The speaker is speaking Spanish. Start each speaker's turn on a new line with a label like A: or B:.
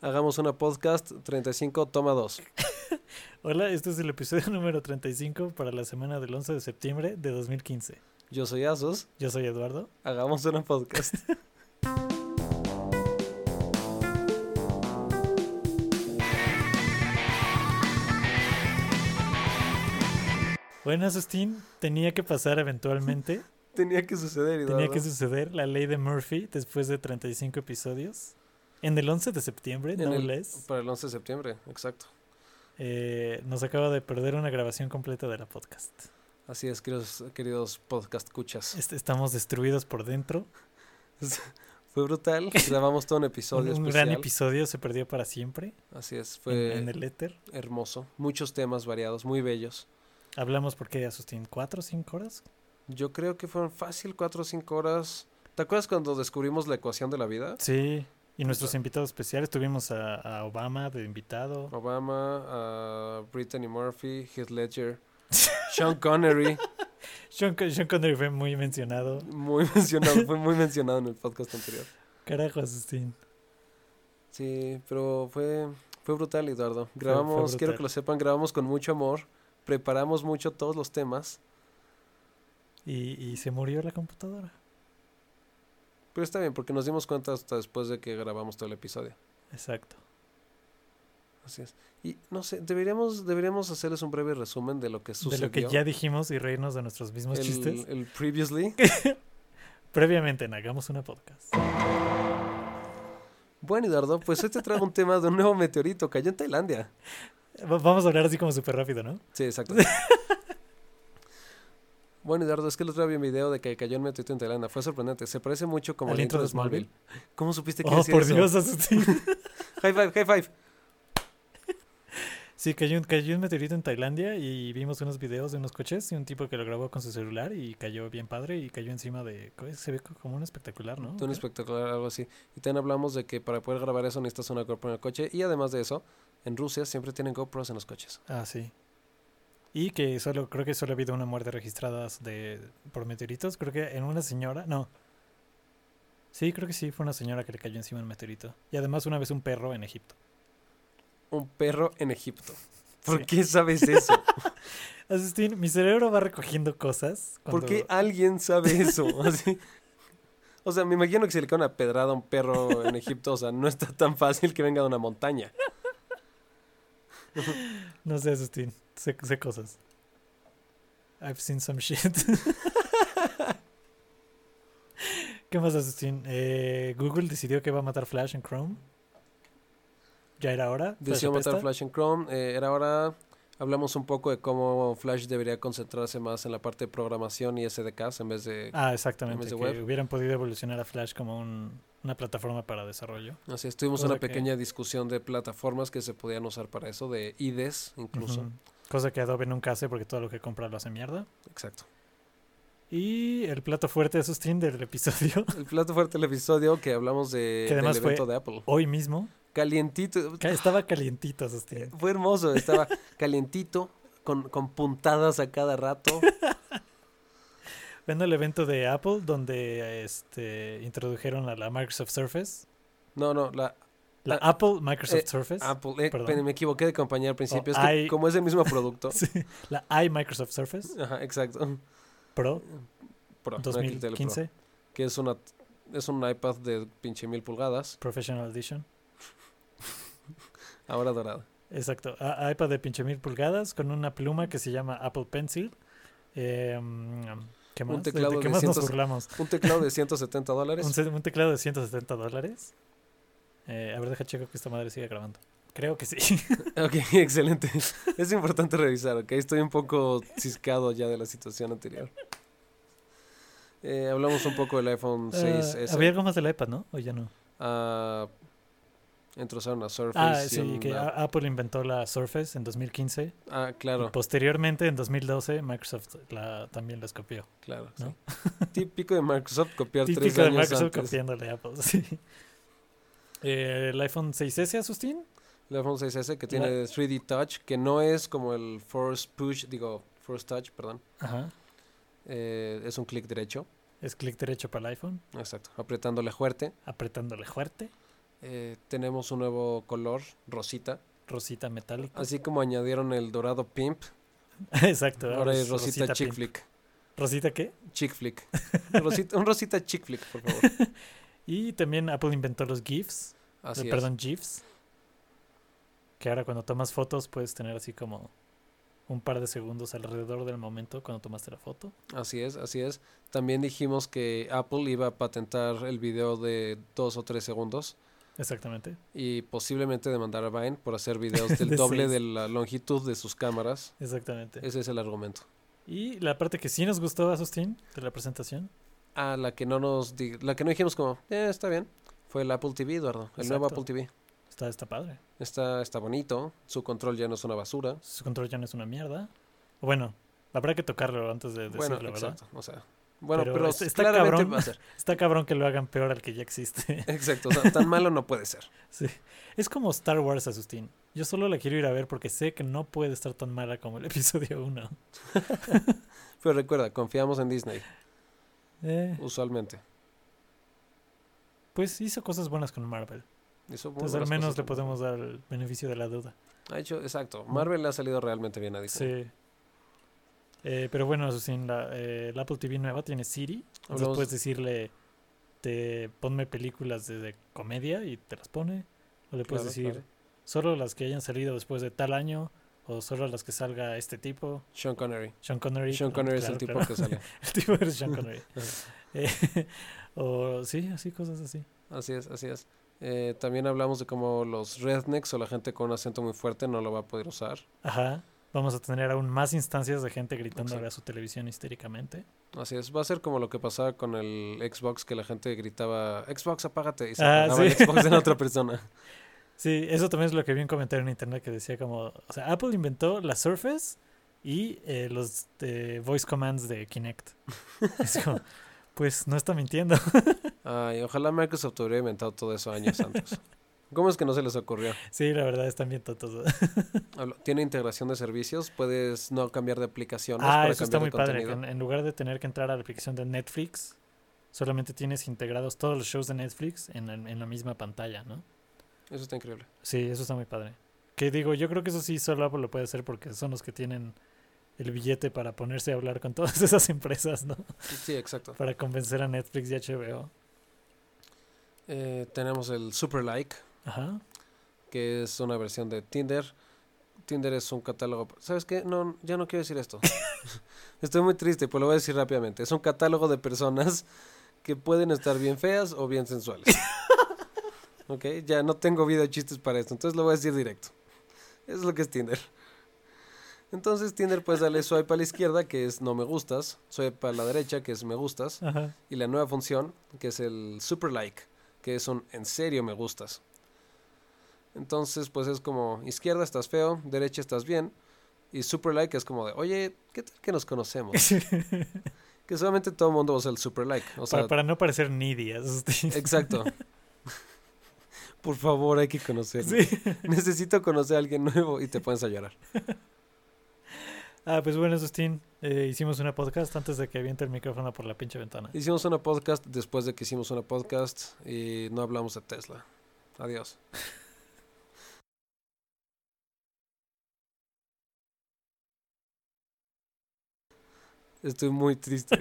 A: Hagamos una podcast 35, toma 2.
B: Hola, este es el episodio número 35 para la semana del 11 de septiembre de 2015.
A: Yo soy Asos,
B: Yo soy Eduardo.
A: hagamos una podcast.
B: Bueno, Asustín, tenía que pasar eventualmente,
A: Tenía que suceder,
B: tenía
A: Eduardo.
B: que suceder la ley de Murphy después de 35 episodios. En el 11 de septiembre,
A: En
B: no
A: el-
B: less,
A: Para el 11 de septiembre, exacto.
B: eh, nos acaba de perder una grabación completa de la podcast.
A: Así es, queridos, queridos podcast cuchas.
B: Est- estamos destruidos por dentro.
A: Fue brutal, grabamos todo un episodio
B: un un
A: especial.
B: gran episodio se perdió para siempre
A: Así es,
B: en-
A: fue
B: en, el éter.
A: hermoso. Muchos temas variados, muy bellos.
B: Hablamos, ¿por qué, Asustín? ¿Cuatro o cinco horas?
A: Yo creo que fueron fácil 4 o 5 horas. ¿Te acuerdas cuando descubrimos la ecuación de la vida?
B: Sí, y nuestros invitados especiales tuvimos a, a Obama de invitado.
A: Obama, a Brittany Murphy, Heath Ledger, Sean Connery,
B: Sean, Con- Sean Connery fue muy mencionado.
A: muy mencionado, fue muy mencionado en el podcast anterior.
B: Carajo, Asustín.
A: Sí, pero fue, fue brutal, Eduardo. Grabamos, quiero
B: brutal.
A: que lo sepan, grabamos con mucho amor, preparamos mucho todos los temas,
B: Y, y se murió la computadora.
A: pero está bien porque nos dimos cuenta hasta después de que grabamos todo el episodio.
B: Exacto.
A: Así es. Y no sé, deberíamos, deberíamos hacerles un breve resumen de lo que
B: De
A: sucedió.
B: lo que ya dijimos y reírnos de nuestros mismos
A: el,
B: chistes.
A: el previously.
B: Previamente en Hagamos una podcast.
A: Bueno, Eduardo, pues hoy te traigo un tema de un nuevo meteorito. Cayó en Tailandia.
B: Va- Vamos a hablar así como súper rápido, ¿no?
A: Sí, exacto. bueno, Eduardo, es que el otro día vi un video de que cayó un meteorito en Tailandia. Fue sorprendente. Se parece mucho como
B: ¿Al
A: el intro de Smallville. ¿Cómo supiste que
B: Oh,
A: decía
B: por
A: eso?
B: Dios, Asustín.
A: High five, high five.
B: Sí, cayó, un- cayó un meteorito en Tailandia y vimos unos videos de unos coches y un tipo que lo grabó con su celular y cayó bien padre y cayó encima de... co- Se ve co- como un espectacular, ¿no?
A: Fue un espectacular, algo así. Y también hablamos de que para poder grabar eso necesitas una GoPro en el coche. Y además de eso, en Rusia siempre tienen GoPros en los coches.
B: Ah, sí. Y que solo, creo que solo ha habido una muerte registrada de, por meteoritos. Creo que en una señora, no. Sí, creo que sí, fue una señora que le cayó encima un meteorito. Y además una vez un perro en Egipto.
A: Un perro en Egipto. ¿Por
B: Sí.
A: qué sabes eso?
B: Asustín, mi cerebro va recogiendo cosas. Cuando...
A: ¿Por qué alguien sabe eso? Así. O sea, me imagino que si le cae una pedrada a un perro en Egipto, o sea, no está tan fácil que venga de una montaña.
B: No sé, Asustín, sé, sé cosas. I've seen some shit. ¿Qué más, Asustín? Eh, Google decidió que va a matar Flash en Chrome. ¿Ya era hora?
A: Decidió matar
B: apesta?
A: Flash en Chrome. eh, era ahora. Hablamos un poco de cómo Flash debería concentrarse más en la parte de programación y SDKs en vez de.
B: Ah, exactamente.
A: de
B: Que
A: web.
B: hubieran podido evolucionar a Flash como un- una plataforma para desarrollo.
A: Así es, tuvimos
B: cosa
A: una
B: que-
A: pequeña discusión de plataformas que se podían usar para eso, de IDs incluso.
B: Ujú. Cosa que Adobe nunca hace porque todo lo que compra lo hace mierda.
A: Exacto.
B: Y el plato fuerte de Sustin del episodio,
A: El plato fuerte del episodio que hablamos de,
B: Que además
A: del
B: fue-
A: evento de Apple.
B: hoy mismo,
A: Calientito.
B: ca- estaba calientito
A: Eh,
B: Sustin.
A: Fue hermoso, estaba calientito, con, con puntadas a cada rato.
B: Viendo el evento de Apple donde este, introdujeron a la Microsoft Surface.
A: No, no, la
B: La
A: Ah,
B: Apple Microsoft
A: eh,
B: Surface.
A: Apple, eh,
B: Perdón.
A: pe- me equivoqué de compañía al principio,
B: Oh,
A: es que
B: ay.
A: como es el mismo producto.
B: Sí, la i Microsoft Surface
A: Ajá, exacto.
B: Pro
A: Pro, no hay que quitarle Pro,
B: 2015
A: que es una es un iPad de pinche mil pulgadas,
B: Professional Edition.
A: ahora dorada.
B: Exacto, a- iPad de pinche mil pulgadas con una pluma que se llama Apple Pencil. Eh, mm, ¿Qué
A: Un
B: más? ¿De-
A: teclado
B: ¿De qué
A: de
B: más nos
A: 100
B: burlamos?
A: Un teclado de 170
B: Un,
A: dólares.
B: ce- un teclado de 170 dólares. Eh, a ver, deja checo que esta madre siga grabando. Creo que sí.
A: Ok, excelente. Es importante revisar, ok. Estoy un poco ciscado ya de la situación anterior. Eh, hablamos un poco del iPhone
B: Ah,
A: 6S.
B: había algo más del iPad, ¿no? O ya no.
A: a entrozar una Surface.
B: Ah,
A: y
B: sí, que
A: una-
B: a- Apple inventó la Surface en 2015.
A: ah,
B: y
A: claro,
B: posteriormente, en 2012, Microsoft la, también las copió.
A: claro. sí.
B: ¿no?
A: Típico de Microsoft copiar tres
B: Típico de
A: años
B: Microsoft
A: antes.
B: copiándole a Apple, sí. Eh, el iPhone 6S, Asustín.
A: El iPhone 6S que tiene 3D Touch, que no es como el Force Push, digo, Force Touch, perdón.
B: Ajá.
A: Eh, es un clic derecho,
B: Es clic derecho para el iPhone,
A: exacto, apretándole fuerte.
B: apretándole fuerte.
A: eh, tenemos un nuevo color, rosita.
B: Rosita metálica.
A: Así como añadieron el dorado pimp,
B: Exacto.
A: ahora
B: es
A: es rosita, chick
B: pink.
A: flick.
B: ¿Rosita qué?
A: Chick flick. Rosita- un rosita chick flick, por favor.
B: Eh, Y también Apple inventó los GIFs. eh,
A: Así
B: perdón, GIFs. Que ahora cuando tomas fotos puedes tener así como un par de segundos alrededor del momento cuando tomaste la foto.
A: es. Así es, así es. También dijimos que Apple iba a patentar el video de dos o tres segundos
B: Exactamente.
A: y posiblemente demandar a Vine por hacer videos del
B: De
A: doble
B: seis.
A: de la longitud de sus cámaras.
B: Exactamente.
A: Ese es el argumento.
B: Y la parte que sí nos gustó a Sustin de la presentación.
A: Ah, la que no nos di- la que no dijimos como, "Eh, está bien. Fue el Apple TV, Eduardo, el nuevo
B: Exacto.
A: Apple TV.
B: Está, está padre.
A: Está está bonito, su control ya no es una basura.
B: Su control ya no es una mierda. Bueno, habrá que tocarlo antes de decirlo,
A: Bueno,
B: ¿verdad?
A: exacto, o sea, bueno,
B: Pero
A: pero,
B: es- está
A: claramente
B: cabrón.
A: va a ser.
B: Está cabrón que lo hagan peor al que ya existe.
A: Exacto, o sea, tan malo no puede ser.
B: Sí. Es como Star Wars, Asustín. Yo solo la quiero ir a ver porque sé que no puede estar tan mala como el episodio 1.
A: Pero recuerda, confiamos en Disney,
B: Eh,
A: usualmente.
B: pues hizo cosas buenas con Marvel.
A: Eso muy
B: Entonces al
A: buenas
B: menos
A: cosas
B: le
A: también.
B: podemos dar el beneficio de la duda.
A: Ha hecho, exacto. Marvel le ha salido realmente bien a Disney.
B: Sí. Eh, pero bueno, Asustín, la, eh, la Apple TV nueva tiene Siri. Entonces
A: Hablamos-
B: puedes decirle, te ponme películas de, de comedia y te las pone. O le puedes
A: Claro,
B: decir,
A: claro.
B: solo las que hayan salido después de tal año. O solo las que salga este tipo.
A: Sean Connery.
B: Sean Connery.
A: Sean
B: claro,
A: Connery es
B: claro,
A: el tipo
B: claro.
A: que sale.
B: El tipo es Sean Connery.
A: Ajá.
B: Eh, o sí, así, cosas así.
A: Así es, así es. Eh, también hablamos de cómo los rednecks o la gente con un acento muy fuerte no lo va a poder usar.
B: Ajá. Vamos a tener aún más instancias de gente gritándole a su televisión histéricamente.
A: Así es, va a ser como lo que pasaba con el Xbox, que la gente gritaba, Xbox, apágate, y se
B: Ah,
A: apagaba
B: sí.
A: el Xbox de la otra persona.
B: Sí, eso también es lo que vi en comentario en internet que decía como, o sea, Apple inventó la Surface y eh, los eh, voice commands de Kinect. Es como, pues no está mintiendo.
A: Ay, ojalá Microsoft hubiera inventado todo eso años antes. ¿Cómo es que no se les ocurrió?
B: Sí, la verdad, están bien tontos.
A: Hablo- Tiene integración de servicios, puedes no cambiar de aplicaciones
B: Ah,
A: para
B: eso está
A: cambiar
B: muy
A: de
B: padre. que
A: contenido.
B: en, en lugar de tener que entrar a la aplicación de Netflix, solamente tienes integrados todos los shows de Netflix en, la- en la misma pantalla, ¿no?
A: Eso está increíble.
B: Sí, eso está muy padre. Que digo, yo creo que eso sí solo Apple lo puede hacer porque son los que tienen el billete para ponerse a hablar con todas esas empresas, ¿no?
A: Sí, exacto.
B: Para convencer a Netflix y HBO.
A: Eh, tenemos el Super Like,
B: Ajá.
A: que es una versión de Tinder. Tinder es un catálogo. ¿Sabes qué? No, ya no quiero decir esto. Estoy muy triste, pues lo voy a decir rápidamente. Es un catálogo de personas que pueden estar bien feas o bien sensuales. ok, ya no tengo vida de chistes para esto, entonces lo voy a decir directo. Es lo que es Tinder. Entonces Tinder puedes darle swipe a la izquierda, que es no me gustas, swipe a la derecha, que es me gustas,
B: Ajá.
A: y la nueva función, que es el super like, que es un en serio me gustas. Entonces, pues es como izquierda estás feo, derecha estás bien, y super like es como de, oye, ¿qué tal que nos conocemos? que solamente todo el mundo usa el super like. O sea,
B: para, para no parecer needy. Asustín.
A: exacto. Por favor, hay que conocerlo.
B: Sí.
A: Necesito conocer a alguien nuevo y te pones a llorar.
B: Ah, pues bueno, Asustín, eh, hicimos una podcast antes de que aviente el micrófono por la pinche ventana.
A: Hicimos una podcast después de que hicimos una podcast y no hablamos de Tesla. Adiós. Estoy muy triste.